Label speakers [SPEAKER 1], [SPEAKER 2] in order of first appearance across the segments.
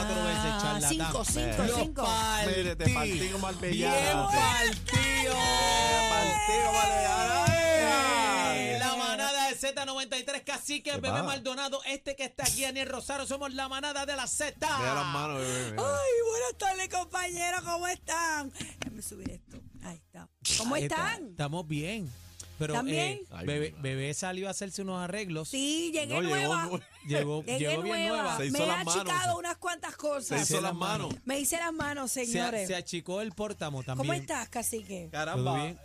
[SPEAKER 1] Ah, Cinco, cinco,
[SPEAKER 2] Los
[SPEAKER 1] cinco.
[SPEAKER 2] partí.
[SPEAKER 3] Mire, te partí como
[SPEAKER 2] Bien
[SPEAKER 3] albellada.
[SPEAKER 2] partido.
[SPEAKER 3] partido, albellada.
[SPEAKER 2] Eh, La manada de Z93, Cacique,
[SPEAKER 3] ¿Qué
[SPEAKER 2] Bebé
[SPEAKER 3] pasa?
[SPEAKER 2] Maldonado, este que está aquí, Aniel Rosario, somos la manada de la Z.
[SPEAKER 3] Mira las manos, bebé. mira.
[SPEAKER 1] Ay, buenas tardes, compañeros, ¿cómo están? Déjame subir esto. Ahí está. ¿Cómo
[SPEAKER 2] Ahí está.
[SPEAKER 1] están?
[SPEAKER 2] Estamos bien. Pero
[SPEAKER 1] ¿Están
[SPEAKER 2] eh,
[SPEAKER 3] bien?
[SPEAKER 2] bebé, bebé salió a hacerse unos arreglos.
[SPEAKER 1] Sí, llegué
[SPEAKER 3] No, llegó
[SPEAKER 1] nueva.
[SPEAKER 3] nueva.
[SPEAKER 2] Llegó,
[SPEAKER 1] Llegué
[SPEAKER 2] llegó bien nueva.
[SPEAKER 3] Se hizo
[SPEAKER 1] Me he
[SPEAKER 3] las manos.
[SPEAKER 1] achicado unas cuantas
[SPEAKER 3] Se
[SPEAKER 1] cosas.
[SPEAKER 3] hizo las manos.
[SPEAKER 1] Me hice las manos,
[SPEAKER 2] Se, a-
[SPEAKER 1] señores.
[SPEAKER 2] se achicó el pórtamo también.
[SPEAKER 1] ¿Cómo estás, cacique?
[SPEAKER 2] ¿Todo bien?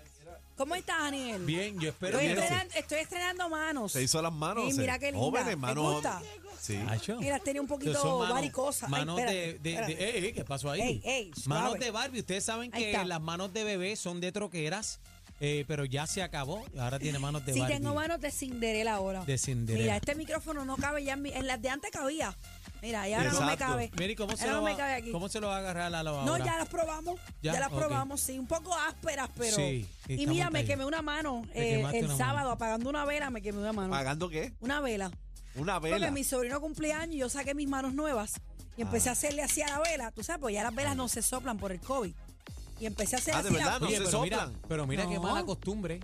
[SPEAKER 1] ¿Cómo estás, Daniel?
[SPEAKER 2] Bien, yo espero
[SPEAKER 1] Estoy
[SPEAKER 2] que no.
[SPEAKER 1] estrenando, estoy estrenando manos.
[SPEAKER 3] Se hizo las manos.
[SPEAKER 1] Sí,
[SPEAKER 3] se-
[SPEAKER 2] eh.
[SPEAKER 1] mira qué linda.
[SPEAKER 3] Jóvenes,
[SPEAKER 1] ¿Te
[SPEAKER 3] manos.
[SPEAKER 1] gusta?
[SPEAKER 3] Sí.
[SPEAKER 2] Acho.
[SPEAKER 1] Mira, tenía un poquito
[SPEAKER 2] Son manos-
[SPEAKER 1] varicosas. Ay,
[SPEAKER 2] Manos
[SPEAKER 1] espérate,
[SPEAKER 2] de, de-
[SPEAKER 1] espérate.
[SPEAKER 2] de- ey, ey, ¿Qué pasó ahí?
[SPEAKER 1] Ey, ey,
[SPEAKER 2] manos
[SPEAKER 1] suave.
[SPEAKER 2] de Barbie. Ustedes saben
[SPEAKER 1] Ahí
[SPEAKER 2] que
[SPEAKER 1] está.
[SPEAKER 2] las manos de bebé son de troqueras, eh, pero ya se acabó. Ahora tiene manos de
[SPEAKER 1] Sí,
[SPEAKER 2] Barbie.
[SPEAKER 1] tengo manos de Cinderela ahora.
[SPEAKER 2] De Cinderela.
[SPEAKER 1] Mira, este micrófono no cabe ya en, mi- en las de antes cabía. Mira, y ahora no me
[SPEAKER 3] Exacto.
[SPEAKER 1] cabe.
[SPEAKER 2] Mira, ¿y ¿cómo se,
[SPEAKER 1] ahora
[SPEAKER 2] lo
[SPEAKER 1] no
[SPEAKER 2] va,
[SPEAKER 1] me cabe aquí.
[SPEAKER 2] ¿cómo se lo va a agarrar la lavadora?
[SPEAKER 1] No, ya las probamos. Ya,
[SPEAKER 2] Ya,
[SPEAKER 1] las
[SPEAKER 2] ok.
[SPEAKER 1] probamos, sí. Un poco ásperas, pero.
[SPEAKER 2] Sí,
[SPEAKER 1] y
[SPEAKER 2] sí, estamos
[SPEAKER 1] mira, me
[SPEAKER 2] ahí.
[SPEAKER 1] quemé una mano
[SPEAKER 2] Te
[SPEAKER 1] eh,
[SPEAKER 2] quemaste
[SPEAKER 1] el
[SPEAKER 2] una
[SPEAKER 1] sábado
[SPEAKER 2] mano.
[SPEAKER 1] apagando una vela, me quemé una mano.
[SPEAKER 3] ¿Pagando qué?
[SPEAKER 1] Una vela.
[SPEAKER 3] Una
[SPEAKER 1] Porque
[SPEAKER 3] vela.
[SPEAKER 1] mi sobrino cumpleaños y yo saqué mis manos nuevas y empecé a
[SPEAKER 2] Ah.
[SPEAKER 1] hacerle así a la vela. Tú sabes, pues ya las velas no se soplan por el COVID. Y empecé a hacer
[SPEAKER 3] Ah,
[SPEAKER 1] así
[SPEAKER 3] ¿de
[SPEAKER 1] la-
[SPEAKER 3] verdad? No
[SPEAKER 2] Oye,
[SPEAKER 3] se
[SPEAKER 2] pero mira,
[SPEAKER 3] soplan.
[SPEAKER 2] pero mira qué
[SPEAKER 1] No.
[SPEAKER 2] mala costumbre.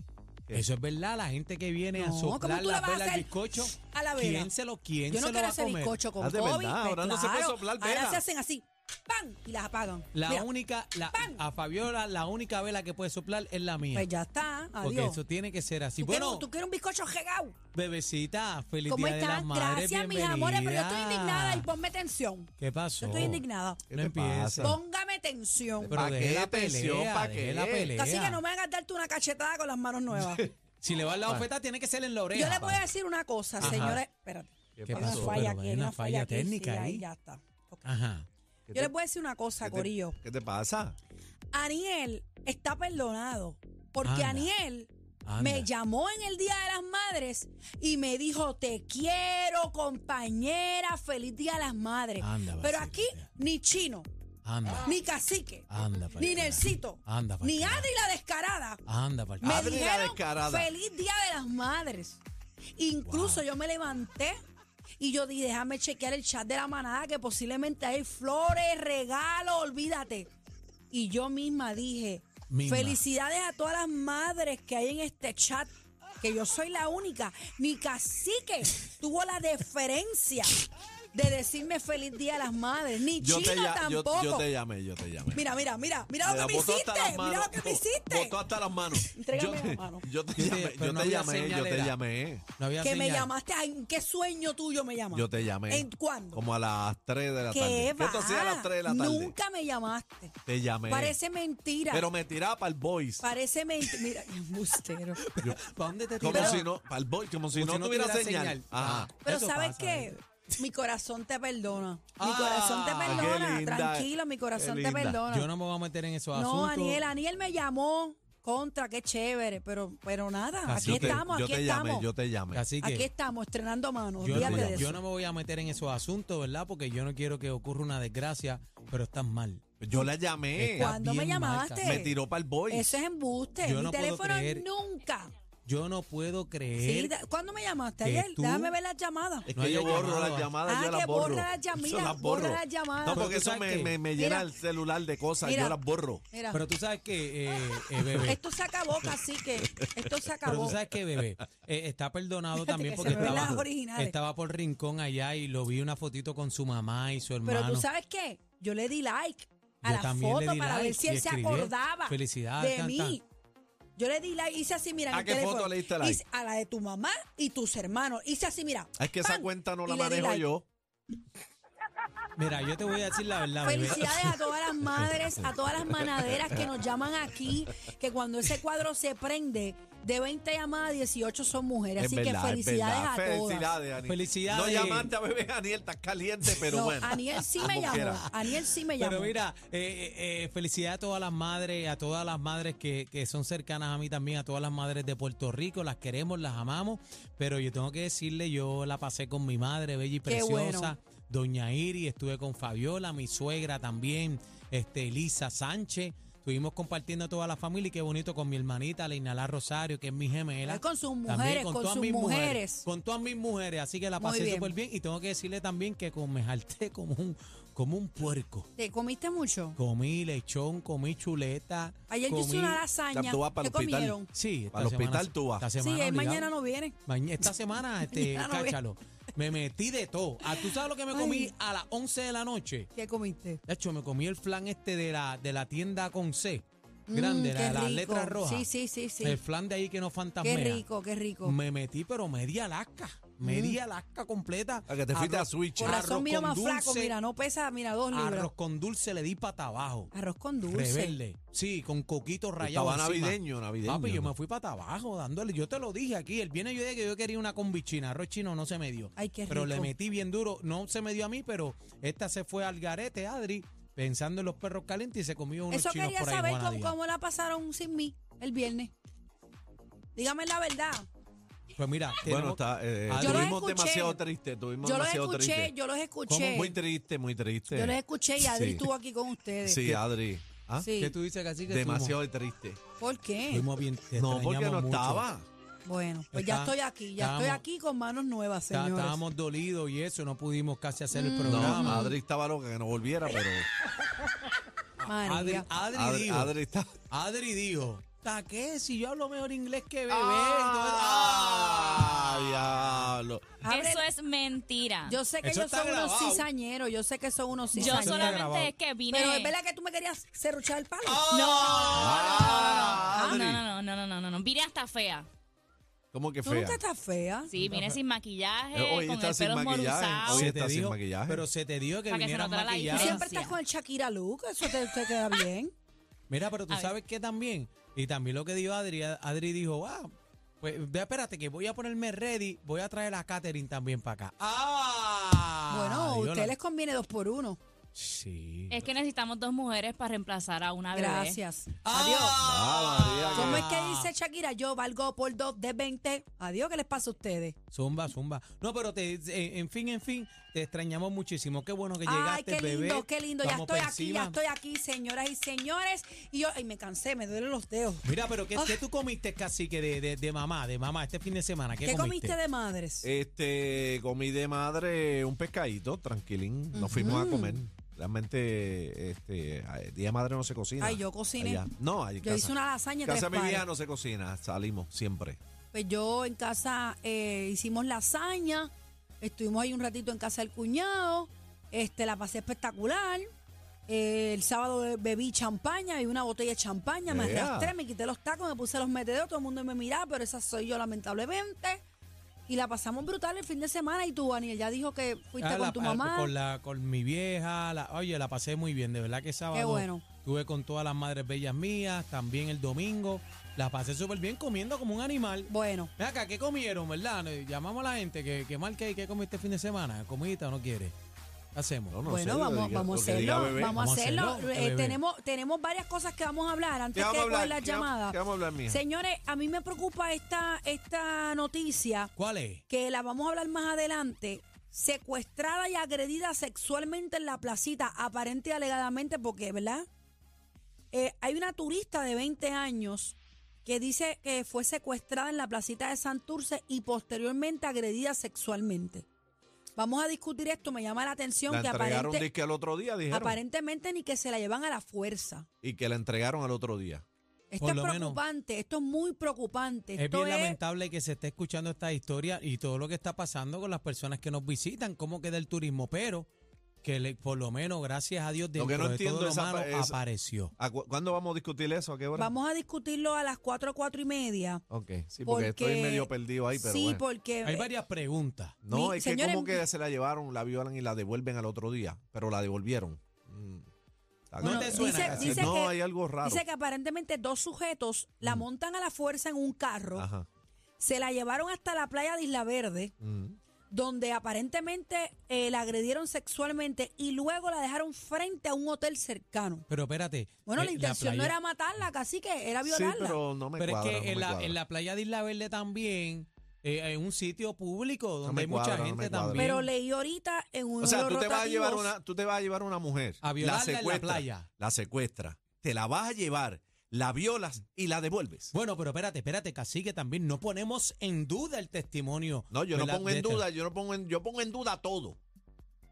[SPEAKER 3] ¿Qué?
[SPEAKER 2] Eso es verdad, la gente que viene a
[SPEAKER 1] No, ¿cómo
[SPEAKER 2] soplar
[SPEAKER 1] tú le
[SPEAKER 2] la
[SPEAKER 1] vas a
[SPEAKER 2] vela al
[SPEAKER 1] hacer
[SPEAKER 2] bizcocho.
[SPEAKER 1] a la vela?
[SPEAKER 2] ¿Quién se lo, quién
[SPEAKER 1] Yo no
[SPEAKER 2] se lo va
[SPEAKER 1] quiero
[SPEAKER 2] a
[SPEAKER 1] hacer
[SPEAKER 2] comer?
[SPEAKER 1] bizcocho con
[SPEAKER 3] Ah, de
[SPEAKER 1] COVID. pues
[SPEAKER 3] verdad, ahora no se puede
[SPEAKER 1] claro.
[SPEAKER 3] soplar
[SPEAKER 1] Ahora
[SPEAKER 3] vela.
[SPEAKER 1] se hacen así, ¡pam! Y las apagan.
[SPEAKER 2] La
[SPEAKER 1] Mira,
[SPEAKER 2] única, la,
[SPEAKER 1] ¡Pam!
[SPEAKER 2] a Fabiola, la única vela que puede soplar es la mía.
[SPEAKER 1] Pues ya está, adiós.
[SPEAKER 2] porque eso tiene que ser así.
[SPEAKER 1] ¿Tú,
[SPEAKER 2] Bueno,
[SPEAKER 1] quieres, tú quieres un bizcocho regao?
[SPEAKER 2] Bebecita, feliz
[SPEAKER 1] ¿Cómo
[SPEAKER 2] día de las
[SPEAKER 1] están?
[SPEAKER 2] madres,
[SPEAKER 1] Gracias, mis
[SPEAKER 2] bienvenida.
[SPEAKER 1] amores, pero yo estoy indignada y ponme tensión.
[SPEAKER 2] ¿Qué pasó?
[SPEAKER 1] Yo estoy indignada.
[SPEAKER 3] ¿Qué
[SPEAKER 2] No
[SPEAKER 3] te
[SPEAKER 2] empieza.
[SPEAKER 3] pasa?
[SPEAKER 1] Póngame tensión.
[SPEAKER 2] Pero
[SPEAKER 3] ¿Pa'
[SPEAKER 2] deje
[SPEAKER 3] qué
[SPEAKER 2] la
[SPEAKER 3] tensión?
[SPEAKER 2] pelea,
[SPEAKER 3] ¿Pa'
[SPEAKER 2] deje
[SPEAKER 3] qué?
[SPEAKER 2] la pelea.
[SPEAKER 1] Así que no me hagas darte una cachetada con las manos nuevas.
[SPEAKER 2] Si le vas la oferta, tiene que ser en la oreja.
[SPEAKER 1] Yo les voy a decir una cosa,
[SPEAKER 2] Ajá.
[SPEAKER 1] señores. Espérate.
[SPEAKER 3] ¿Qué
[SPEAKER 1] Hay
[SPEAKER 3] pasó?
[SPEAKER 1] Una falla aquí,
[SPEAKER 2] Pero hay
[SPEAKER 1] hay
[SPEAKER 2] una
[SPEAKER 1] una falla,
[SPEAKER 2] falla
[SPEAKER 1] aquí,
[SPEAKER 2] técnica
[SPEAKER 1] sí, ahí.
[SPEAKER 2] ahí.
[SPEAKER 1] ya está. Ok.
[SPEAKER 2] Ajá.
[SPEAKER 3] ¿Qué
[SPEAKER 1] Yo
[SPEAKER 3] te-
[SPEAKER 1] les voy a decir una cosa,
[SPEAKER 3] qué te-
[SPEAKER 1] Corillo.
[SPEAKER 3] ¿Qué te pasa?
[SPEAKER 1] Aniel está perdonado. Porque
[SPEAKER 2] Anda,
[SPEAKER 1] Aniel
[SPEAKER 2] anda.
[SPEAKER 1] me llamó en el Día de las Madres y me dijo, te quiero, compañera, feliz Día de las Madres.
[SPEAKER 2] Anda,
[SPEAKER 1] Pero
[SPEAKER 2] vacilón,
[SPEAKER 1] aquí
[SPEAKER 2] ya.
[SPEAKER 1] ni Chino,
[SPEAKER 2] Anda.
[SPEAKER 1] ni Cacique,
[SPEAKER 2] Anda pa'l
[SPEAKER 1] ni
[SPEAKER 2] carajo.
[SPEAKER 1] Nercito,
[SPEAKER 2] Anda pa'l
[SPEAKER 1] ni
[SPEAKER 2] carajo.
[SPEAKER 1] Adri la descarada
[SPEAKER 2] Anda, para
[SPEAKER 1] me
[SPEAKER 3] Adri la
[SPEAKER 1] dijeron
[SPEAKER 3] descarada.
[SPEAKER 1] feliz día de las madres. Incluso yo me levanté y yo dije, déjame chequear el chat de la manada que posiblemente hay flores, regalos, olvídate. Y yo misma dije,
[SPEAKER 2] Misma.
[SPEAKER 1] felicidades a todas las madres que hay en este chat. Que yo soy la única. Mi cacique tuvo la deferencia de decirme feliz día a las madres. Ni
[SPEAKER 3] Yo te,
[SPEAKER 1] Chino
[SPEAKER 3] ya- yo,
[SPEAKER 1] tampoco.
[SPEAKER 3] yo te llamé, yo te llamé.
[SPEAKER 1] Mira, mira, mira, mira
[SPEAKER 3] Mira,
[SPEAKER 1] lo que me
[SPEAKER 3] botó hasta
[SPEAKER 1] hiciste.
[SPEAKER 3] las
[SPEAKER 1] Mira
[SPEAKER 3] manos.
[SPEAKER 1] lo que me
[SPEAKER 3] Bo-
[SPEAKER 1] hiciste.
[SPEAKER 3] Botó hasta las manos.
[SPEAKER 1] Entrégame
[SPEAKER 3] yo,
[SPEAKER 1] la mano.
[SPEAKER 3] Yo te
[SPEAKER 2] Sí, sí,
[SPEAKER 3] llamé,
[SPEAKER 2] pero
[SPEAKER 3] yo
[SPEAKER 2] no
[SPEAKER 3] te
[SPEAKER 2] había
[SPEAKER 3] llamé, yo te
[SPEAKER 2] señalera.
[SPEAKER 3] llamé.
[SPEAKER 2] No había
[SPEAKER 1] Que me
[SPEAKER 2] señal.
[SPEAKER 1] llamaste. ay, ¿En qué sueño tuyo me llamaste?
[SPEAKER 3] Yo te llamé.
[SPEAKER 1] ¿En cuándo?
[SPEAKER 3] Como a las 3 de la tarde.
[SPEAKER 1] ¿Qué
[SPEAKER 3] ¿Qué
[SPEAKER 1] va? Ah,
[SPEAKER 3] tú hacías a las 3 de la tarde?
[SPEAKER 1] Nunca me llamaste.
[SPEAKER 3] Te llamé.
[SPEAKER 1] Parece mentira.
[SPEAKER 3] Pero me tiraba para el boys.
[SPEAKER 1] Parece mentira. Mira, embustero.
[SPEAKER 2] ¿Para dónde te
[SPEAKER 3] Como
[SPEAKER 2] tiraba?
[SPEAKER 3] si no, para el boys, como si
[SPEAKER 2] Como
[SPEAKER 3] no, tuviera, señal. Ajá.
[SPEAKER 2] Ah,
[SPEAKER 1] Pero
[SPEAKER 2] eso
[SPEAKER 1] ¿sabes
[SPEAKER 2] pasa,
[SPEAKER 1] qué?
[SPEAKER 2] ¿viste?
[SPEAKER 1] Mi corazón te perdona. Mi
[SPEAKER 2] Ah,
[SPEAKER 1] corazón te
[SPEAKER 2] qué
[SPEAKER 1] perdona.
[SPEAKER 3] linda,
[SPEAKER 1] Tranquilo, mi corazón
[SPEAKER 3] qué
[SPEAKER 1] te
[SPEAKER 3] linda.
[SPEAKER 1] perdona.
[SPEAKER 2] Yo no me voy a meter en esos
[SPEAKER 1] No,
[SPEAKER 2] asuntos.
[SPEAKER 1] Aniel, Aniel me llamó. Contra, qué chévere. Pero, pero nada,
[SPEAKER 2] Así
[SPEAKER 1] aquí
[SPEAKER 3] yo te,
[SPEAKER 1] estamos,
[SPEAKER 3] yo
[SPEAKER 1] aquí
[SPEAKER 3] te
[SPEAKER 1] estamos.
[SPEAKER 3] llamé, yo te llamé.
[SPEAKER 2] Así que
[SPEAKER 1] Aquí estamos, estrenando manos.
[SPEAKER 2] yo,
[SPEAKER 1] Olvídate
[SPEAKER 2] no,
[SPEAKER 1] de
[SPEAKER 2] yo
[SPEAKER 1] eso.
[SPEAKER 2] no me voy a meter en esos asuntos, ¿verdad? Porque yo no quiero que ocurra una desgracia, pero estás mal.
[SPEAKER 3] Yo la llamé.
[SPEAKER 2] Está
[SPEAKER 1] ¿Cuándo me
[SPEAKER 2] bien mal,
[SPEAKER 1] llamaste?
[SPEAKER 2] Cacique.
[SPEAKER 3] Me tiró para el boys.
[SPEAKER 1] Eso es embuste.
[SPEAKER 2] Yo
[SPEAKER 1] mi
[SPEAKER 2] no puedo
[SPEAKER 1] teléfono
[SPEAKER 2] creer.
[SPEAKER 1] nunca.
[SPEAKER 2] Yo no puedo creer.
[SPEAKER 1] Sí, da- ¿Cuándo me llamaste?
[SPEAKER 2] que
[SPEAKER 1] Ayer.
[SPEAKER 2] tú-
[SPEAKER 1] Déjame ver las llamadas.
[SPEAKER 3] Es
[SPEAKER 2] No
[SPEAKER 3] que yo
[SPEAKER 2] haya
[SPEAKER 3] borro
[SPEAKER 2] llamado
[SPEAKER 3] las
[SPEAKER 2] a-
[SPEAKER 3] llamadas,
[SPEAKER 1] Ah,
[SPEAKER 3] yo las
[SPEAKER 1] que
[SPEAKER 3] borro.
[SPEAKER 1] borra las llamadas,
[SPEAKER 3] Yo las
[SPEAKER 1] borra
[SPEAKER 3] borro.
[SPEAKER 1] las llamadas.
[SPEAKER 3] No,
[SPEAKER 2] Pero
[SPEAKER 3] porque
[SPEAKER 2] tú
[SPEAKER 3] eso
[SPEAKER 2] sabes
[SPEAKER 3] me,
[SPEAKER 2] que-
[SPEAKER 3] me- me
[SPEAKER 1] Mira.
[SPEAKER 3] llena el celular de cosas,
[SPEAKER 1] Mira.
[SPEAKER 3] yo las borro.
[SPEAKER 1] Mira,
[SPEAKER 2] Pero tú sabes que, eh, eh, bebé.
[SPEAKER 1] esto se acabó, cacique. Esto se
[SPEAKER 2] Pero
[SPEAKER 1] acabó.
[SPEAKER 2] tú sabes que bebé eh, está perdonado también
[SPEAKER 1] que
[SPEAKER 2] porque
[SPEAKER 1] se me ven
[SPEAKER 2] estaba,
[SPEAKER 1] las originales.
[SPEAKER 2] estaba por rincón allá y lo vi una fotito con su mamá y su hermano.
[SPEAKER 1] Pero tú sabes qué? Yo le di like a
[SPEAKER 2] Yo
[SPEAKER 1] la
[SPEAKER 2] también le
[SPEAKER 1] foto
[SPEAKER 2] di
[SPEAKER 1] para
[SPEAKER 2] like
[SPEAKER 1] ver si
[SPEAKER 2] y
[SPEAKER 1] él se
[SPEAKER 2] escribí,
[SPEAKER 1] acordaba
[SPEAKER 2] "Felicidades,
[SPEAKER 1] de
[SPEAKER 2] tan,
[SPEAKER 1] mí. Yo le di like, hice así, mira, en
[SPEAKER 3] ¿A
[SPEAKER 1] el
[SPEAKER 3] qué
[SPEAKER 1] teléfono.
[SPEAKER 3] foto le diste like?
[SPEAKER 1] Hice a la de tu mamá y tus hermanos. Hice así, mira.
[SPEAKER 3] Es que esa
[SPEAKER 1] ¡pam!
[SPEAKER 3] cuenta no
[SPEAKER 1] y
[SPEAKER 3] la
[SPEAKER 1] le di
[SPEAKER 3] manejo
[SPEAKER 1] like.
[SPEAKER 3] yo.
[SPEAKER 2] Mira, yo te voy a decir la verdad, bebé.
[SPEAKER 1] Felicidades a todas las madres, a todas las manaderas que nos llaman aquí, que cuando ese cuadro se prende, de 20 llamadas, 18 son mujeres.
[SPEAKER 3] Es
[SPEAKER 1] Así
[SPEAKER 3] verdad,
[SPEAKER 1] que
[SPEAKER 3] es
[SPEAKER 1] felicidades
[SPEAKER 3] verdad.
[SPEAKER 1] a todas.
[SPEAKER 3] Felicidades, Aniel.
[SPEAKER 2] Felicidades.
[SPEAKER 3] No llamaste a bebé Aniel, estás caliente, pero
[SPEAKER 1] no,
[SPEAKER 3] bueno.
[SPEAKER 1] Aniel sí me
[SPEAKER 3] como
[SPEAKER 1] llamó.
[SPEAKER 3] quiera.
[SPEAKER 1] Aniel sí me llamó.
[SPEAKER 2] Pero mira, eh, eh, eh, felicidades a todas las madres, a todas las madres que, que son cercanas a mí también, a todas las madres de Puerto Rico, las queremos, las amamos, pero yo tengo que decirle, yo la pasé con mi madre, bella y
[SPEAKER 1] Qué
[SPEAKER 2] preciosa, doña Iri, estuve con Fabiola, mi suegra también, este Elisa Sánchez, estuvimos compartiendo toda la familia y qué bonito con mi hermanita, la Inalá Rosario, que es mi gemela.
[SPEAKER 1] Con sus
[SPEAKER 2] También
[SPEAKER 1] mujeres, con
[SPEAKER 2] todas
[SPEAKER 1] sus
[SPEAKER 2] mis
[SPEAKER 1] mujeres.
[SPEAKER 2] Con todas mis mujeres, así que la
[SPEAKER 1] Muy
[SPEAKER 2] pasé
[SPEAKER 1] bien.
[SPEAKER 2] súper bien y tengo que decirle también que con, me jalté como un como un puerco.
[SPEAKER 1] ¿Te comiste mucho?
[SPEAKER 2] Comí lechón, comí chuleta.
[SPEAKER 1] Ayer yo hice
[SPEAKER 2] comí-
[SPEAKER 1] una lasaña.
[SPEAKER 3] Ya, tú vas para
[SPEAKER 1] ¿Qué
[SPEAKER 3] el hospital.
[SPEAKER 1] comieron?
[SPEAKER 2] Sí, esta
[SPEAKER 3] Al hospital
[SPEAKER 2] semana-
[SPEAKER 3] tú vas.
[SPEAKER 2] esta
[SPEAKER 1] Sí,
[SPEAKER 2] semana
[SPEAKER 1] él
[SPEAKER 2] obligado.
[SPEAKER 1] mañana no viene.
[SPEAKER 2] Maña- Esta semana, este,
[SPEAKER 1] Ya no ve.
[SPEAKER 2] cáchalo. Me metí de todo. Ah, ¿Tú sabes lo que me comí
[SPEAKER 1] Ay.
[SPEAKER 2] a las 11 de la noche?
[SPEAKER 1] ¿Qué comiste?
[SPEAKER 2] De hecho, me comí el flan este de la, de la tienda con C.
[SPEAKER 1] Mm,
[SPEAKER 2] Grande, la
[SPEAKER 1] qué
[SPEAKER 2] de las
[SPEAKER 1] rico.
[SPEAKER 2] letras rojas.
[SPEAKER 1] Sí, sí, sí, sí.
[SPEAKER 2] El flan de ahí que no fantasmea.
[SPEAKER 1] Qué rico, qué rico.
[SPEAKER 2] Me metí, pero media lasca. Media lasca completa.
[SPEAKER 3] A Ah, que te fuiste a Switch.
[SPEAKER 1] Por
[SPEAKER 2] arroz
[SPEAKER 1] razón mío
[SPEAKER 2] con
[SPEAKER 1] más flaco,
[SPEAKER 2] dulce,
[SPEAKER 1] mira, no pesa, mira, dos libras.
[SPEAKER 2] Arroz con dulce le di pata abajo.
[SPEAKER 1] Arroz con dulce.
[SPEAKER 2] Rebelde. Sí, con coquito rayado.
[SPEAKER 3] Estaba
[SPEAKER 2] encima.
[SPEAKER 3] navideño, navideño.
[SPEAKER 2] Papi, yo me fui para abajo dándole. Yo te lo dije aquí. El viernes yo dije que yo quería una combichina. Arroz chino no se me dio.
[SPEAKER 1] Ay, qué
[SPEAKER 2] Pero le
[SPEAKER 1] rico.
[SPEAKER 2] metí bien duro. No se me dio a mí, pero esta se fue al garete, Adri, pensando en los perros calientes y se comió unos
[SPEAKER 1] Eso
[SPEAKER 2] chinos
[SPEAKER 1] quería
[SPEAKER 2] por ahí.
[SPEAKER 1] saber
[SPEAKER 2] Juana
[SPEAKER 1] cómo,
[SPEAKER 2] Díaz.
[SPEAKER 1] cómo la pasaron sin mí el viernes. Dígame la verdad.
[SPEAKER 2] Pues mira,
[SPEAKER 3] Bueno,
[SPEAKER 2] tenemos-
[SPEAKER 3] está, eh,
[SPEAKER 2] Yo los
[SPEAKER 3] tuvimos
[SPEAKER 1] escuché.
[SPEAKER 3] demasiado triste, tuvimos
[SPEAKER 1] Yo los
[SPEAKER 3] demasiado
[SPEAKER 1] escuché,
[SPEAKER 3] triste.
[SPEAKER 1] yo los
[SPEAKER 3] Como
[SPEAKER 1] escuché.
[SPEAKER 3] muy triste, muy triste.
[SPEAKER 1] Yo los escuché y Adri
[SPEAKER 3] Sí.
[SPEAKER 1] estuvo aquí con ustedes.
[SPEAKER 3] Sí, Adri. ¿Ah?
[SPEAKER 1] Sí.
[SPEAKER 2] ¿qué tú dices, Cacique? que
[SPEAKER 3] Demasiado triste.
[SPEAKER 1] ¿Por qué?
[SPEAKER 2] Fuimos bien, te
[SPEAKER 3] No, porque no
[SPEAKER 2] extrañamos mucho.
[SPEAKER 3] estaba.
[SPEAKER 1] Bueno, pues
[SPEAKER 2] Está-
[SPEAKER 1] ya estoy aquí, ya estoy
[SPEAKER 2] estábamos-
[SPEAKER 1] aquí con manos nuevas,
[SPEAKER 2] Está-
[SPEAKER 1] señores. Mm.
[SPEAKER 2] Estábamos dolidos y eso, no pudimos casi hacer el
[SPEAKER 3] No,
[SPEAKER 2] programa.
[SPEAKER 3] Adri estaba loca que no volviera, pero
[SPEAKER 2] Adri,
[SPEAKER 1] María.
[SPEAKER 2] Adri
[SPEAKER 3] Adri,
[SPEAKER 2] dijo,
[SPEAKER 3] Adri está...
[SPEAKER 2] Adri dijo, ¿ta qué? Si yo hablo mejor inglés que bebé.
[SPEAKER 3] ¡Ah, diablo!
[SPEAKER 1] Abre-
[SPEAKER 4] Eso es mentira. Yo,
[SPEAKER 1] yo sé que
[SPEAKER 2] Eso
[SPEAKER 1] ellos
[SPEAKER 2] está
[SPEAKER 1] son unos
[SPEAKER 2] grabado.
[SPEAKER 1] cizañeros, yo sé que son unos
[SPEAKER 2] Yo
[SPEAKER 1] cizañeros.
[SPEAKER 2] sola- grabado.
[SPEAKER 4] solamente es que vine.
[SPEAKER 1] Pero es verdad que tú me querías cerruchar el palo.
[SPEAKER 3] ¡Oh! Ah,
[SPEAKER 4] no, no,
[SPEAKER 3] Adri.
[SPEAKER 4] no, no, no, no, no, no. Vine hasta fea.
[SPEAKER 3] ¿Cómo que
[SPEAKER 1] Tú nunca
[SPEAKER 3] fea?
[SPEAKER 1] estás fea.
[SPEAKER 4] Sí, vine sin maquillaje,
[SPEAKER 3] Eh, hoy
[SPEAKER 4] con
[SPEAKER 3] está
[SPEAKER 4] el
[SPEAKER 3] sin
[SPEAKER 4] pelo
[SPEAKER 3] maquillaje,
[SPEAKER 4] esmoruzado.
[SPEAKER 3] hoy
[SPEAKER 2] Se
[SPEAKER 3] está
[SPEAKER 2] te
[SPEAKER 3] sin
[SPEAKER 2] dijo,
[SPEAKER 3] maquillaje.
[SPEAKER 2] pero se te dio que
[SPEAKER 4] Para que se
[SPEAKER 2] vinieras
[SPEAKER 4] notara la
[SPEAKER 1] Tú
[SPEAKER 4] diferencia.
[SPEAKER 2] maquilladas.
[SPEAKER 1] siempre estás con el Shakira Luke, eso te, te queda bien.
[SPEAKER 2] Mira, pero tú
[SPEAKER 4] A ver.
[SPEAKER 2] sabes que también, y también lo que dijo Adri, Adri dijo, ah, pues ve, espérate que voy a ponerme ready, voy a traer a Katherine también para acá. ¡Ah!
[SPEAKER 1] bueno, a
[SPEAKER 2] Dios, la-
[SPEAKER 1] ustedes les conviene dos por uno.
[SPEAKER 2] Sí.
[SPEAKER 4] Es que necesitamos dos mujeres para reemplazar a una bebé.
[SPEAKER 1] Gracias.
[SPEAKER 2] Ah.
[SPEAKER 3] Ah,
[SPEAKER 1] ¿Cómo es que dice Shakira? Yo valgo por dos de 20. Adiós, ¿qué les pasa a ustedes?
[SPEAKER 2] Zumba, zumba. No, pero te, eh, en fin, en fin, te extrañamos muchísimo. Qué bueno que
[SPEAKER 1] Ay,
[SPEAKER 2] llegaste,
[SPEAKER 1] qué lindo,
[SPEAKER 2] bebé.
[SPEAKER 1] qué lindo. Ya
[SPEAKER 2] Vamos
[SPEAKER 1] estoy
[SPEAKER 2] pa'
[SPEAKER 1] aquí,
[SPEAKER 2] encima.
[SPEAKER 1] ya estoy aquí, señoras y señores. Y yo, ay, me cansé, me duelen los dedos.
[SPEAKER 2] Mira, pero
[SPEAKER 1] Ah.
[SPEAKER 2] ¿qué, qué tú comiste, cacique, de, de, de mamá, de mamá, este fin de semana? ¿Qué, Eh,
[SPEAKER 1] ¿Qué, comiste de madres?
[SPEAKER 3] Este, comí de madre un pescadito, tranquilín. Nos fuimos a comer. Realmente, este, ay, día de madre no se cocina.
[SPEAKER 1] Ay, yo cociné.
[SPEAKER 3] Allá. No, ahí en
[SPEAKER 1] yo
[SPEAKER 3] casa.
[SPEAKER 1] hice una lasaña de
[SPEAKER 3] Casa
[SPEAKER 1] tres
[SPEAKER 3] de mi
[SPEAKER 1] pares.
[SPEAKER 3] vieja no se cocina, salimos siempre.
[SPEAKER 1] Pues yo en casa eh, hicimos lasaña, estuvimos ahí un ratito en casa del cuñado, este, la pasé espectacular. Eh, el sábado be- bebí champaña, bebí una botella de champaña, me
[SPEAKER 3] Ea.
[SPEAKER 1] arrastré, me quité los tacos, me puse los metederos, todo el mundo me miraba, pero esa soy yo lamentablemente. Y la pasamos brutal el fin de semana y tú, Daniel, ya dijo que fuiste
[SPEAKER 2] Ah,
[SPEAKER 1] con
[SPEAKER 2] la-
[SPEAKER 1] tu
[SPEAKER 2] ah,
[SPEAKER 1] mamá.
[SPEAKER 2] Con, la, con mi vieja. la- oye, la pasé muy bien, de verdad que sábado.
[SPEAKER 1] Qué bueno.
[SPEAKER 2] Estuve con todas las madres bellas mías, también el domingo. La pasé súper bien comiendo como un animal.
[SPEAKER 1] Bueno,
[SPEAKER 2] Ven acá, ¿qué comieron, verdad? Eh, Llamamos a la gente que, que marque ahí qué comiste este fin de semana. ¿Comidita o no quiere? ¿Qué hacemos?
[SPEAKER 3] No, no
[SPEAKER 1] bueno,
[SPEAKER 3] sé, lo
[SPEAKER 1] vamos,
[SPEAKER 3] diga-
[SPEAKER 1] vamos a
[SPEAKER 3] lo que diga
[SPEAKER 1] hacerlo,
[SPEAKER 3] bebé.
[SPEAKER 1] vamos a hacerlo.
[SPEAKER 2] hacerlo,
[SPEAKER 1] Eh,
[SPEAKER 2] bebé.
[SPEAKER 1] tenemos, tenemos varias cosas que vamos a hablar
[SPEAKER 3] ¿Qué
[SPEAKER 1] antes que
[SPEAKER 3] vamos a
[SPEAKER 1] cojan
[SPEAKER 3] hablar?
[SPEAKER 1] las
[SPEAKER 3] ¿Qué vamos-
[SPEAKER 1] llamadas.
[SPEAKER 3] qué vamos a hablar, mija?
[SPEAKER 1] Señores, a mí me preocupa esta, esta noticia
[SPEAKER 2] ¿Cuál es?
[SPEAKER 1] que la vamos a hablar más adelante. Secuestrada y agredida sexualmente en la placita, aparente y alegadamente, porque, ¿verdad? Eh, hay una turista de 20 años que dice que fue secuestrada en la placita de Santurce y posteriormente agredida sexualmente. Vamos a discutir esto, me llama la atención
[SPEAKER 3] La
[SPEAKER 1] que
[SPEAKER 3] entregaron
[SPEAKER 1] aparente-
[SPEAKER 3] disque al otro día, dijeron.
[SPEAKER 1] aparentemente ni que se la llevan a la fuerza.
[SPEAKER 3] Y que la entregaron al otro día.
[SPEAKER 1] Esto
[SPEAKER 2] Por
[SPEAKER 1] es
[SPEAKER 2] lo menos.
[SPEAKER 1] preocupante, esto es muy preocupante.
[SPEAKER 2] Es
[SPEAKER 1] esto
[SPEAKER 2] bien lamentable que se esté escuchando esta historia y todo lo que está pasando con las personas que nos visitan, cómo queda el turismo, pero que le- por lo menos, gracias a Dios,
[SPEAKER 3] Lo
[SPEAKER 2] dentro
[SPEAKER 3] que no
[SPEAKER 2] de
[SPEAKER 3] entiendo
[SPEAKER 2] todo lo
[SPEAKER 3] esa
[SPEAKER 2] malo,
[SPEAKER 3] pa- es-
[SPEAKER 2] apareció.
[SPEAKER 3] ¿A cu- ¿Cuándo vamos a discutir eso? ¿A qué hora?
[SPEAKER 1] Vamos a discutirlo a las 4, 4 y media.
[SPEAKER 3] Ok, sí, porque, estoy medio perdido ahí, pero
[SPEAKER 1] Sí,
[SPEAKER 3] bueno.
[SPEAKER 1] porque...
[SPEAKER 2] Hay varias preguntas.
[SPEAKER 3] No,
[SPEAKER 1] Mi- em
[SPEAKER 3] es que
[SPEAKER 1] señores,
[SPEAKER 3] como que se la llevaron, la violan y la devuelven al otro día, pero la devolvieron. Mm. Está
[SPEAKER 2] No
[SPEAKER 3] como-
[SPEAKER 2] te suena,
[SPEAKER 1] dice-
[SPEAKER 2] Cacique.
[SPEAKER 1] dice
[SPEAKER 3] no,
[SPEAKER 1] que-
[SPEAKER 3] hay algo raro.
[SPEAKER 1] eh, Dice que aparentemente dos sujetos la montan a la fuerza en un carro,
[SPEAKER 3] Mm. Ajá.
[SPEAKER 1] se la llevaron hasta la playa de Isla Verde,
[SPEAKER 3] Mm.
[SPEAKER 1] donde aparentemente eh, la agredieron sexualmente y luego la dejaron frente a un hotel cercano.
[SPEAKER 2] Pero espérate.
[SPEAKER 1] Bueno,
[SPEAKER 2] eh,
[SPEAKER 1] la intención no
[SPEAKER 2] playa-
[SPEAKER 1] era matarla, casi que era
[SPEAKER 3] Sí,
[SPEAKER 1] violarla.
[SPEAKER 3] pero no me
[SPEAKER 2] Pero
[SPEAKER 3] cuadra.
[SPEAKER 2] es que
[SPEAKER 3] no
[SPEAKER 2] en
[SPEAKER 3] me
[SPEAKER 2] la,
[SPEAKER 3] cuadra.
[SPEAKER 2] en la playa de Isla Verde también, eh, en un sitio público donde
[SPEAKER 3] me
[SPEAKER 2] hay
[SPEAKER 3] cuadra,
[SPEAKER 2] mucha
[SPEAKER 3] no me
[SPEAKER 2] gente
[SPEAKER 3] cuadra.
[SPEAKER 2] también.
[SPEAKER 1] Pero leí ahorita en uno
[SPEAKER 3] o
[SPEAKER 1] de
[SPEAKER 3] sea, tú
[SPEAKER 1] los
[SPEAKER 3] te, vas a llevar
[SPEAKER 1] rotativos-
[SPEAKER 3] una, tú te vas a llevar una mujer.
[SPEAKER 2] A violarla en la
[SPEAKER 3] secuestra,
[SPEAKER 2] playa.
[SPEAKER 3] La secuestra. Te la vas a llevar, la violas y la devuelves.
[SPEAKER 2] Bueno, pero espérate, espérate, cacique, también no ponemos en duda el testimonio.
[SPEAKER 3] No, yo no
[SPEAKER 2] ¿verdad?
[SPEAKER 3] pongo
[SPEAKER 2] de este
[SPEAKER 3] en
[SPEAKER 2] esta-
[SPEAKER 3] duda, yo no pongo en, yo pongo en duda todo.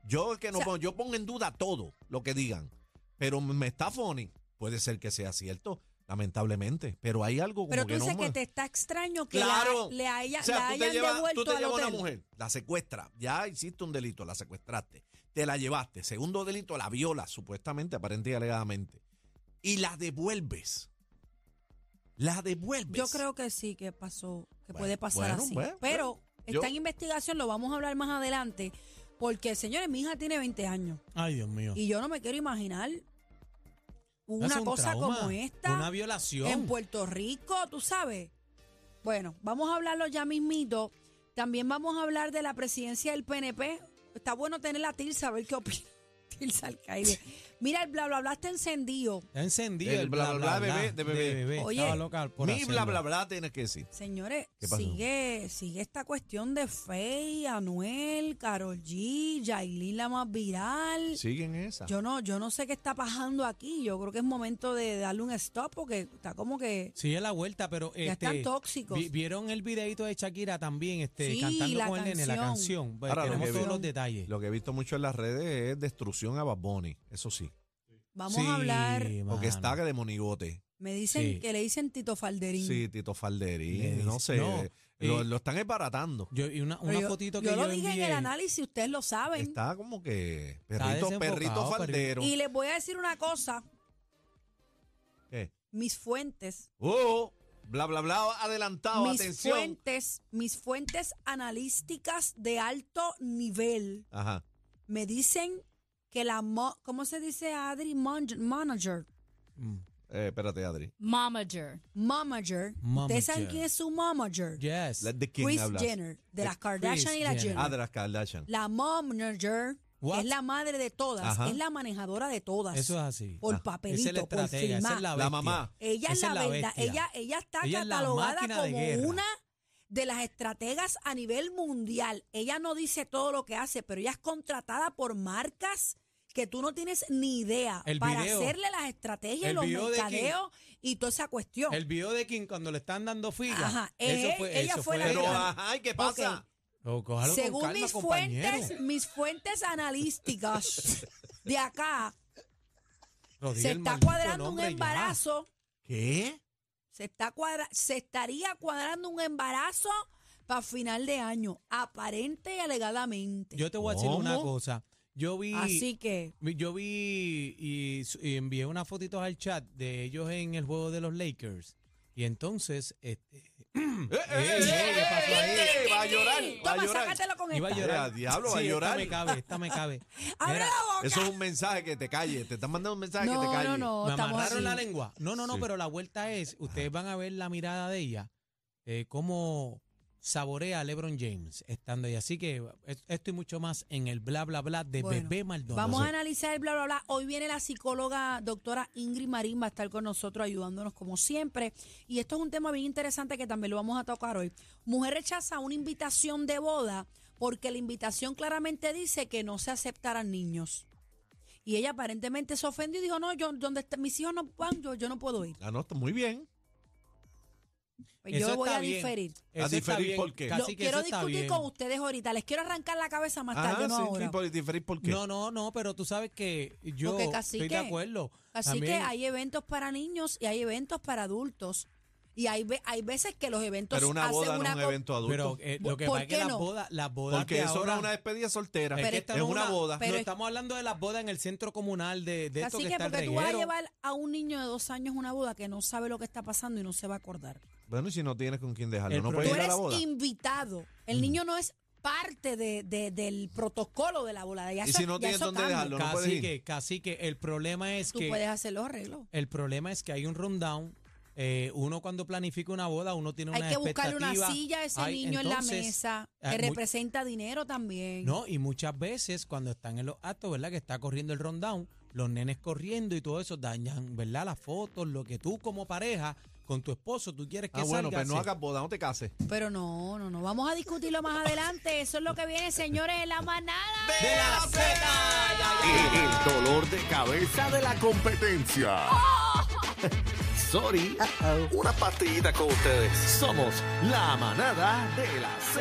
[SPEAKER 3] Yo es que no
[SPEAKER 1] O sea-
[SPEAKER 3] pongo, yo pongo en duda todo lo que digan, pero me está funny. Puede ser que sea cierto, lamentablemente, pero hay algo como
[SPEAKER 1] Pero
[SPEAKER 3] que
[SPEAKER 1] tú
[SPEAKER 3] no
[SPEAKER 1] dices que
[SPEAKER 3] me-
[SPEAKER 1] te está extraño que
[SPEAKER 3] Claro.
[SPEAKER 1] la, le haya,
[SPEAKER 3] O sea,
[SPEAKER 1] la
[SPEAKER 3] tú te
[SPEAKER 1] hayan
[SPEAKER 3] llevas-
[SPEAKER 1] devuelto
[SPEAKER 3] tú te
[SPEAKER 1] al
[SPEAKER 3] llevas a
[SPEAKER 1] hotel.
[SPEAKER 3] una mujer, la secuestra, ya hiciste un delito, la secuestraste, te la llevaste. Segundo delito, la viola, supuestamente, aparente y alegadamente. Y la devuelves. La devuelves.
[SPEAKER 1] Yo creo que sí, que pasó, que
[SPEAKER 3] Bueno,
[SPEAKER 1] puede pasar
[SPEAKER 3] bueno,
[SPEAKER 1] así.
[SPEAKER 3] bueno,
[SPEAKER 1] Pero
[SPEAKER 3] Yo-
[SPEAKER 1] está en investigación, lo vamos a hablar más adelante, porque señores, mi hija tiene 20 años
[SPEAKER 2] Ay, Dios
[SPEAKER 3] Ah.
[SPEAKER 2] mío.
[SPEAKER 1] y yo no me quiero imaginar
[SPEAKER 2] Eso
[SPEAKER 1] una
[SPEAKER 2] es un
[SPEAKER 1] cosa
[SPEAKER 2] trauma,
[SPEAKER 1] como esta
[SPEAKER 2] Una violación.
[SPEAKER 1] en Puerto Rico, tú sabes. Bueno, vamos a hablarlo ya mismito. También vamos a hablar de la presidencia del PNP. Está bueno tener la Tilsa, a ver qué opina. Tilsa Alcaide. Mira, el bla bla bla está encendido.
[SPEAKER 2] Está encendido
[SPEAKER 3] El
[SPEAKER 2] el,
[SPEAKER 3] bla,
[SPEAKER 2] bla,
[SPEAKER 3] bla, bla, de
[SPEAKER 2] de
[SPEAKER 3] bebé, de
[SPEAKER 2] bebé.
[SPEAKER 3] bebé.
[SPEAKER 1] Oye,
[SPEAKER 2] Estaba loca por
[SPEAKER 3] Mi bla,
[SPEAKER 2] hacerlo.
[SPEAKER 3] bla, bla, tienes que decir.
[SPEAKER 1] Señores,
[SPEAKER 3] ¿Qué pasó?
[SPEAKER 1] sigue, sigue esta cuestión de Faye, Anuel, Carol G, Yailin la más viral.
[SPEAKER 3] Siguen esa.
[SPEAKER 1] Yo no, yo no sé qué está pasando aquí. Yo creo que es momento de darle un stop porque está como que
[SPEAKER 2] Sigue la vuelta, pero
[SPEAKER 1] Ya
[SPEAKER 2] este,
[SPEAKER 1] están tóxicos.
[SPEAKER 2] vi- vieron el videito de Shakira también, este,
[SPEAKER 1] Sí,
[SPEAKER 2] cantando
[SPEAKER 1] la
[SPEAKER 2] con el nene, la
[SPEAKER 1] canción.
[SPEAKER 2] canción. Pues,
[SPEAKER 3] Ahora, lo
[SPEAKER 2] tenemos
[SPEAKER 3] que
[SPEAKER 2] todos
[SPEAKER 3] vi-
[SPEAKER 2] los detalles.
[SPEAKER 3] Lo que he visto mucho en las redes es destrucción a Bad Bunny, eso sí.
[SPEAKER 1] vamos
[SPEAKER 2] Sí,
[SPEAKER 1] a hablar.
[SPEAKER 2] mano.
[SPEAKER 3] Porque está que de monigote.
[SPEAKER 1] Me dicen
[SPEAKER 2] Sí.
[SPEAKER 1] que le dicen Tito Falderín.
[SPEAKER 3] Sí, Tito
[SPEAKER 2] Le
[SPEAKER 3] Falderín,
[SPEAKER 2] dice-
[SPEAKER 3] no sé.
[SPEAKER 2] no,
[SPEAKER 3] lo,
[SPEAKER 2] y-
[SPEAKER 3] lo están esbaratando.
[SPEAKER 2] Yo, y una,
[SPEAKER 1] Pero
[SPEAKER 2] una
[SPEAKER 1] yo,
[SPEAKER 2] fotito que
[SPEAKER 1] yo
[SPEAKER 2] yo,
[SPEAKER 1] lo dije en
[SPEAKER 2] envié,
[SPEAKER 1] el análisis, ustedes lo saben.
[SPEAKER 3] Está como que
[SPEAKER 2] Está
[SPEAKER 3] perrito, perrito
[SPEAKER 2] desenfocado, perrito.
[SPEAKER 3] faldero.
[SPEAKER 1] Y les voy a decir una cosa,
[SPEAKER 3] ¿Qué?
[SPEAKER 1] mis fuentes,
[SPEAKER 3] Oh, bla, bla, bla, adelantado,
[SPEAKER 1] mis
[SPEAKER 3] Oh, atención.
[SPEAKER 1] fuentes, mis fuentes analísticas de alto nivel.
[SPEAKER 3] Ajá.
[SPEAKER 1] me dicen que la mo- ¿cómo se dice Adri Mon- manager?
[SPEAKER 2] mm,
[SPEAKER 3] Eh, espérate, Adri.
[SPEAKER 4] Momager.
[SPEAKER 1] Manager.
[SPEAKER 2] Momager.
[SPEAKER 1] ¿Ustedes saben quién es su manager?
[SPEAKER 2] Yes.
[SPEAKER 3] La- ¿De quién
[SPEAKER 1] Chris
[SPEAKER 3] hablas?
[SPEAKER 1] Jenner, de las
[SPEAKER 3] Chris
[SPEAKER 1] Kardashian y las
[SPEAKER 2] Jenner.
[SPEAKER 1] Jenner.
[SPEAKER 3] Ah, de las Kardashian.
[SPEAKER 1] La manager
[SPEAKER 2] What?
[SPEAKER 1] es la madre de todas,
[SPEAKER 3] Ajá.
[SPEAKER 1] es la manejadora de todas.
[SPEAKER 2] Eso es así.
[SPEAKER 1] por
[SPEAKER 2] Ah, esa es la
[SPEAKER 1] papelito, por
[SPEAKER 2] estratega, esa
[SPEAKER 1] firmar.
[SPEAKER 2] es la,
[SPEAKER 3] La
[SPEAKER 2] bestia.
[SPEAKER 3] mamá.
[SPEAKER 1] ella es
[SPEAKER 2] esa
[SPEAKER 1] la,
[SPEAKER 2] es la
[SPEAKER 1] verdad,
[SPEAKER 2] bestia.
[SPEAKER 1] ella, ella está
[SPEAKER 2] Ella es la
[SPEAKER 1] catalogada
[SPEAKER 2] máquina de
[SPEAKER 1] como
[SPEAKER 2] guerra.
[SPEAKER 1] una de las estrategas a nivel mundial. Ella no dice todo lo que hace, pero ella es contratada por marcas que tú no tienes ni idea
[SPEAKER 2] El
[SPEAKER 1] para
[SPEAKER 2] video.
[SPEAKER 1] hacerle las estrategias,
[SPEAKER 2] El
[SPEAKER 1] los
[SPEAKER 2] video de
[SPEAKER 1] mercadeos y toda esa cuestión.
[SPEAKER 2] El video de Kim cuando le están dando figa.
[SPEAKER 1] Ajá, eh, ella fue la
[SPEAKER 3] Pero,
[SPEAKER 1] Mira.
[SPEAKER 3] ajá, ¿y qué pasa?
[SPEAKER 1] Ok.
[SPEAKER 2] Oh, cójalo con
[SPEAKER 1] Según
[SPEAKER 2] calma,
[SPEAKER 1] mis
[SPEAKER 2] compañero.
[SPEAKER 1] fuentes, mis fuentes analísticas de acá,
[SPEAKER 2] Lo dije
[SPEAKER 1] se
[SPEAKER 2] el
[SPEAKER 1] está
[SPEAKER 2] maldito
[SPEAKER 1] cuadrando un
[SPEAKER 2] nombre ya.
[SPEAKER 1] embarazo.
[SPEAKER 3] ¿Qué?
[SPEAKER 1] Se, está cuadra- se estaría cuadrando un embarazo para final de año, aparente y alegadamente.
[SPEAKER 2] Yo te voy a decir una
[SPEAKER 3] ¿Cómo?
[SPEAKER 2] cosa. Yo vi
[SPEAKER 1] Así que,
[SPEAKER 2] Vi- Yo vi y, s- y envié unas fotitos al chat de ellos en el juego de los Lakers. Y entonces, este, Ey,
[SPEAKER 3] Eh, eh, eh,
[SPEAKER 2] ¿qué pasó ahí?
[SPEAKER 3] eh, Va a llorar, va a
[SPEAKER 1] toma,
[SPEAKER 3] llorar.
[SPEAKER 1] sácatelo con
[SPEAKER 2] iba a
[SPEAKER 1] esta.
[SPEAKER 2] llorar.
[SPEAKER 3] Eh, diablo, va a
[SPEAKER 2] Sí,
[SPEAKER 3] llorar.
[SPEAKER 2] Esta me cabe, esta me cabe.
[SPEAKER 1] ¡Abre
[SPEAKER 2] Mira,
[SPEAKER 1] la boca!
[SPEAKER 3] Eso es un mensaje que te calle. Te están mandando un mensaje que te
[SPEAKER 1] no,
[SPEAKER 3] calle.
[SPEAKER 1] no, no, Oh,
[SPEAKER 2] me
[SPEAKER 1] estamos
[SPEAKER 2] amarraron
[SPEAKER 1] así.
[SPEAKER 2] la lengua. No, no, no,
[SPEAKER 3] Sí.
[SPEAKER 2] pero la vuelta es, ustedes van a ver la mirada de ella, eh, cómo saborea a LeBron James estando ahí. Así que es- esto y mucho más en el bla, bla, bla de
[SPEAKER 1] Bueno,
[SPEAKER 2] Bebé Maldonado.
[SPEAKER 1] Vamos a analizar el bla, bla, bla. Hoy viene la psicóloga doctora Ingrid Marín, va a estar con nosotros ayudándonos como siempre. Y esto es un tema bien interesante que también lo vamos a tocar hoy. Mujer rechaza una invitación de boda porque la invitación claramente dice que no se aceptarán niños. Y ella aparentemente se ofendió y dijo, no, yo donde est- mis hijos no van, yo, yo no puedo ir.
[SPEAKER 3] Ah, no, está muy bien.
[SPEAKER 1] Pues
[SPEAKER 2] Eso
[SPEAKER 1] yo voy
[SPEAKER 2] está
[SPEAKER 1] a
[SPEAKER 2] bien.
[SPEAKER 1] diferir.
[SPEAKER 2] Eso
[SPEAKER 3] A
[SPEAKER 2] está
[SPEAKER 3] diferir,
[SPEAKER 2] bien.
[SPEAKER 3] ¿por qué?
[SPEAKER 1] Lo-
[SPEAKER 2] Casi que
[SPEAKER 1] quiero
[SPEAKER 2] eso está
[SPEAKER 1] discutir
[SPEAKER 2] bien.
[SPEAKER 1] con ustedes ahorita. Les quiero arrancar la cabeza más
[SPEAKER 3] Ah,
[SPEAKER 1] tarde, no
[SPEAKER 3] sí,
[SPEAKER 1] ahora.
[SPEAKER 3] por, diferir, ¿por qué?
[SPEAKER 2] No, no, no, pero tú sabes que yo
[SPEAKER 1] Porque, cacique,
[SPEAKER 2] estoy de acuerdo.
[SPEAKER 1] Así
[SPEAKER 2] También-
[SPEAKER 1] que hay eventos para niños y hay eventos para adultos. Y hay, ve- hay veces que los eventos
[SPEAKER 3] Pero una
[SPEAKER 1] hacen
[SPEAKER 3] boda no
[SPEAKER 1] una
[SPEAKER 3] es un
[SPEAKER 1] co-
[SPEAKER 3] evento
[SPEAKER 2] Pero
[SPEAKER 3] adulto.
[SPEAKER 2] eh, lo que
[SPEAKER 1] ¿Por
[SPEAKER 2] pasa es que
[SPEAKER 1] qué
[SPEAKER 2] las
[SPEAKER 1] no?
[SPEAKER 2] bodas, las bodas
[SPEAKER 3] Porque
[SPEAKER 2] de
[SPEAKER 3] eso
[SPEAKER 2] ahora,
[SPEAKER 3] era una despedida soltera.
[SPEAKER 2] es que
[SPEAKER 1] Pero-
[SPEAKER 2] esta
[SPEAKER 3] es
[SPEAKER 2] no
[SPEAKER 3] una boda.
[SPEAKER 1] pero
[SPEAKER 2] no
[SPEAKER 1] es-
[SPEAKER 2] estamos hablando de las bodas en el centro comunal de, de esto
[SPEAKER 1] Así
[SPEAKER 2] que,
[SPEAKER 1] que
[SPEAKER 2] está el
[SPEAKER 1] porque tú vas a
[SPEAKER 2] reguero.
[SPEAKER 1] llevar a un niño de dos años a una boda que no sabe lo que está pasando y no se va a acordar.
[SPEAKER 3] Bueno, y si no tienes con quién dejarlo,
[SPEAKER 2] El
[SPEAKER 3] no
[SPEAKER 2] pro-
[SPEAKER 3] puedes
[SPEAKER 1] Tú
[SPEAKER 3] ir a
[SPEAKER 1] eres
[SPEAKER 3] la boda. Mm.
[SPEAKER 1] invitado. El niño no es parte de, de- del protocolo de la boda. Ya
[SPEAKER 3] Y
[SPEAKER 1] eso-
[SPEAKER 3] si no
[SPEAKER 1] ya
[SPEAKER 3] tienes
[SPEAKER 1] eso
[SPEAKER 3] dónde
[SPEAKER 1] cambia.
[SPEAKER 3] dejarlo, no puedes
[SPEAKER 2] Casi
[SPEAKER 3] ir.
[SPEAKER 2] que, casi que el problema es
[SPEAKER 1] Tú
[SPEAKER 2] que
[SPEAKER 1] puedes hacer los arreglos.
[SPEAKER 2] el problema es que hay un rundown. eh, uno cuando planifica una boda, uno tiene una
[SPEAKER 1] Hay que buscarle una
[SPEAKER 2] expectativa.
[SPEAKER 1] silla a ese
[SPEAKER 2] Hay-
[SPEAKER 1] niño en la
[SPEAKER 2] entonces, ah,
[SPEAKER 1] mesa que
[SPEAKER 2] hay mu-
[SPEAKER 1] representa dinero también.
[SPEAKER 2] No, y muchas veces cuando están en los actos, ¿verdad? Que está corriendo el rundown, los nenes corriendo y todo eso dañan, ¿verdad? Las fotos, lo que tú como pareja con tu esposo, tú quieres que
[SPEAKER 3] Ah, bueno,
[SPEAKER 2] salga
[SPEAKER 3] pero no
[SPEAKER 2] así.
[SPEAKER 3] hagas boda, no te cases.
[SPEAKER 1] Pero no, no, no. Vamos a discutirlo más adelante. Eso es lo que viene, señores, en la manada.
[SPEAKER 3] ¡De la Z!
[SPEAKER 5] El dolor de cabeza de la competencia. Sorry. Una partidita con ustedes. Somos la manada de la Z.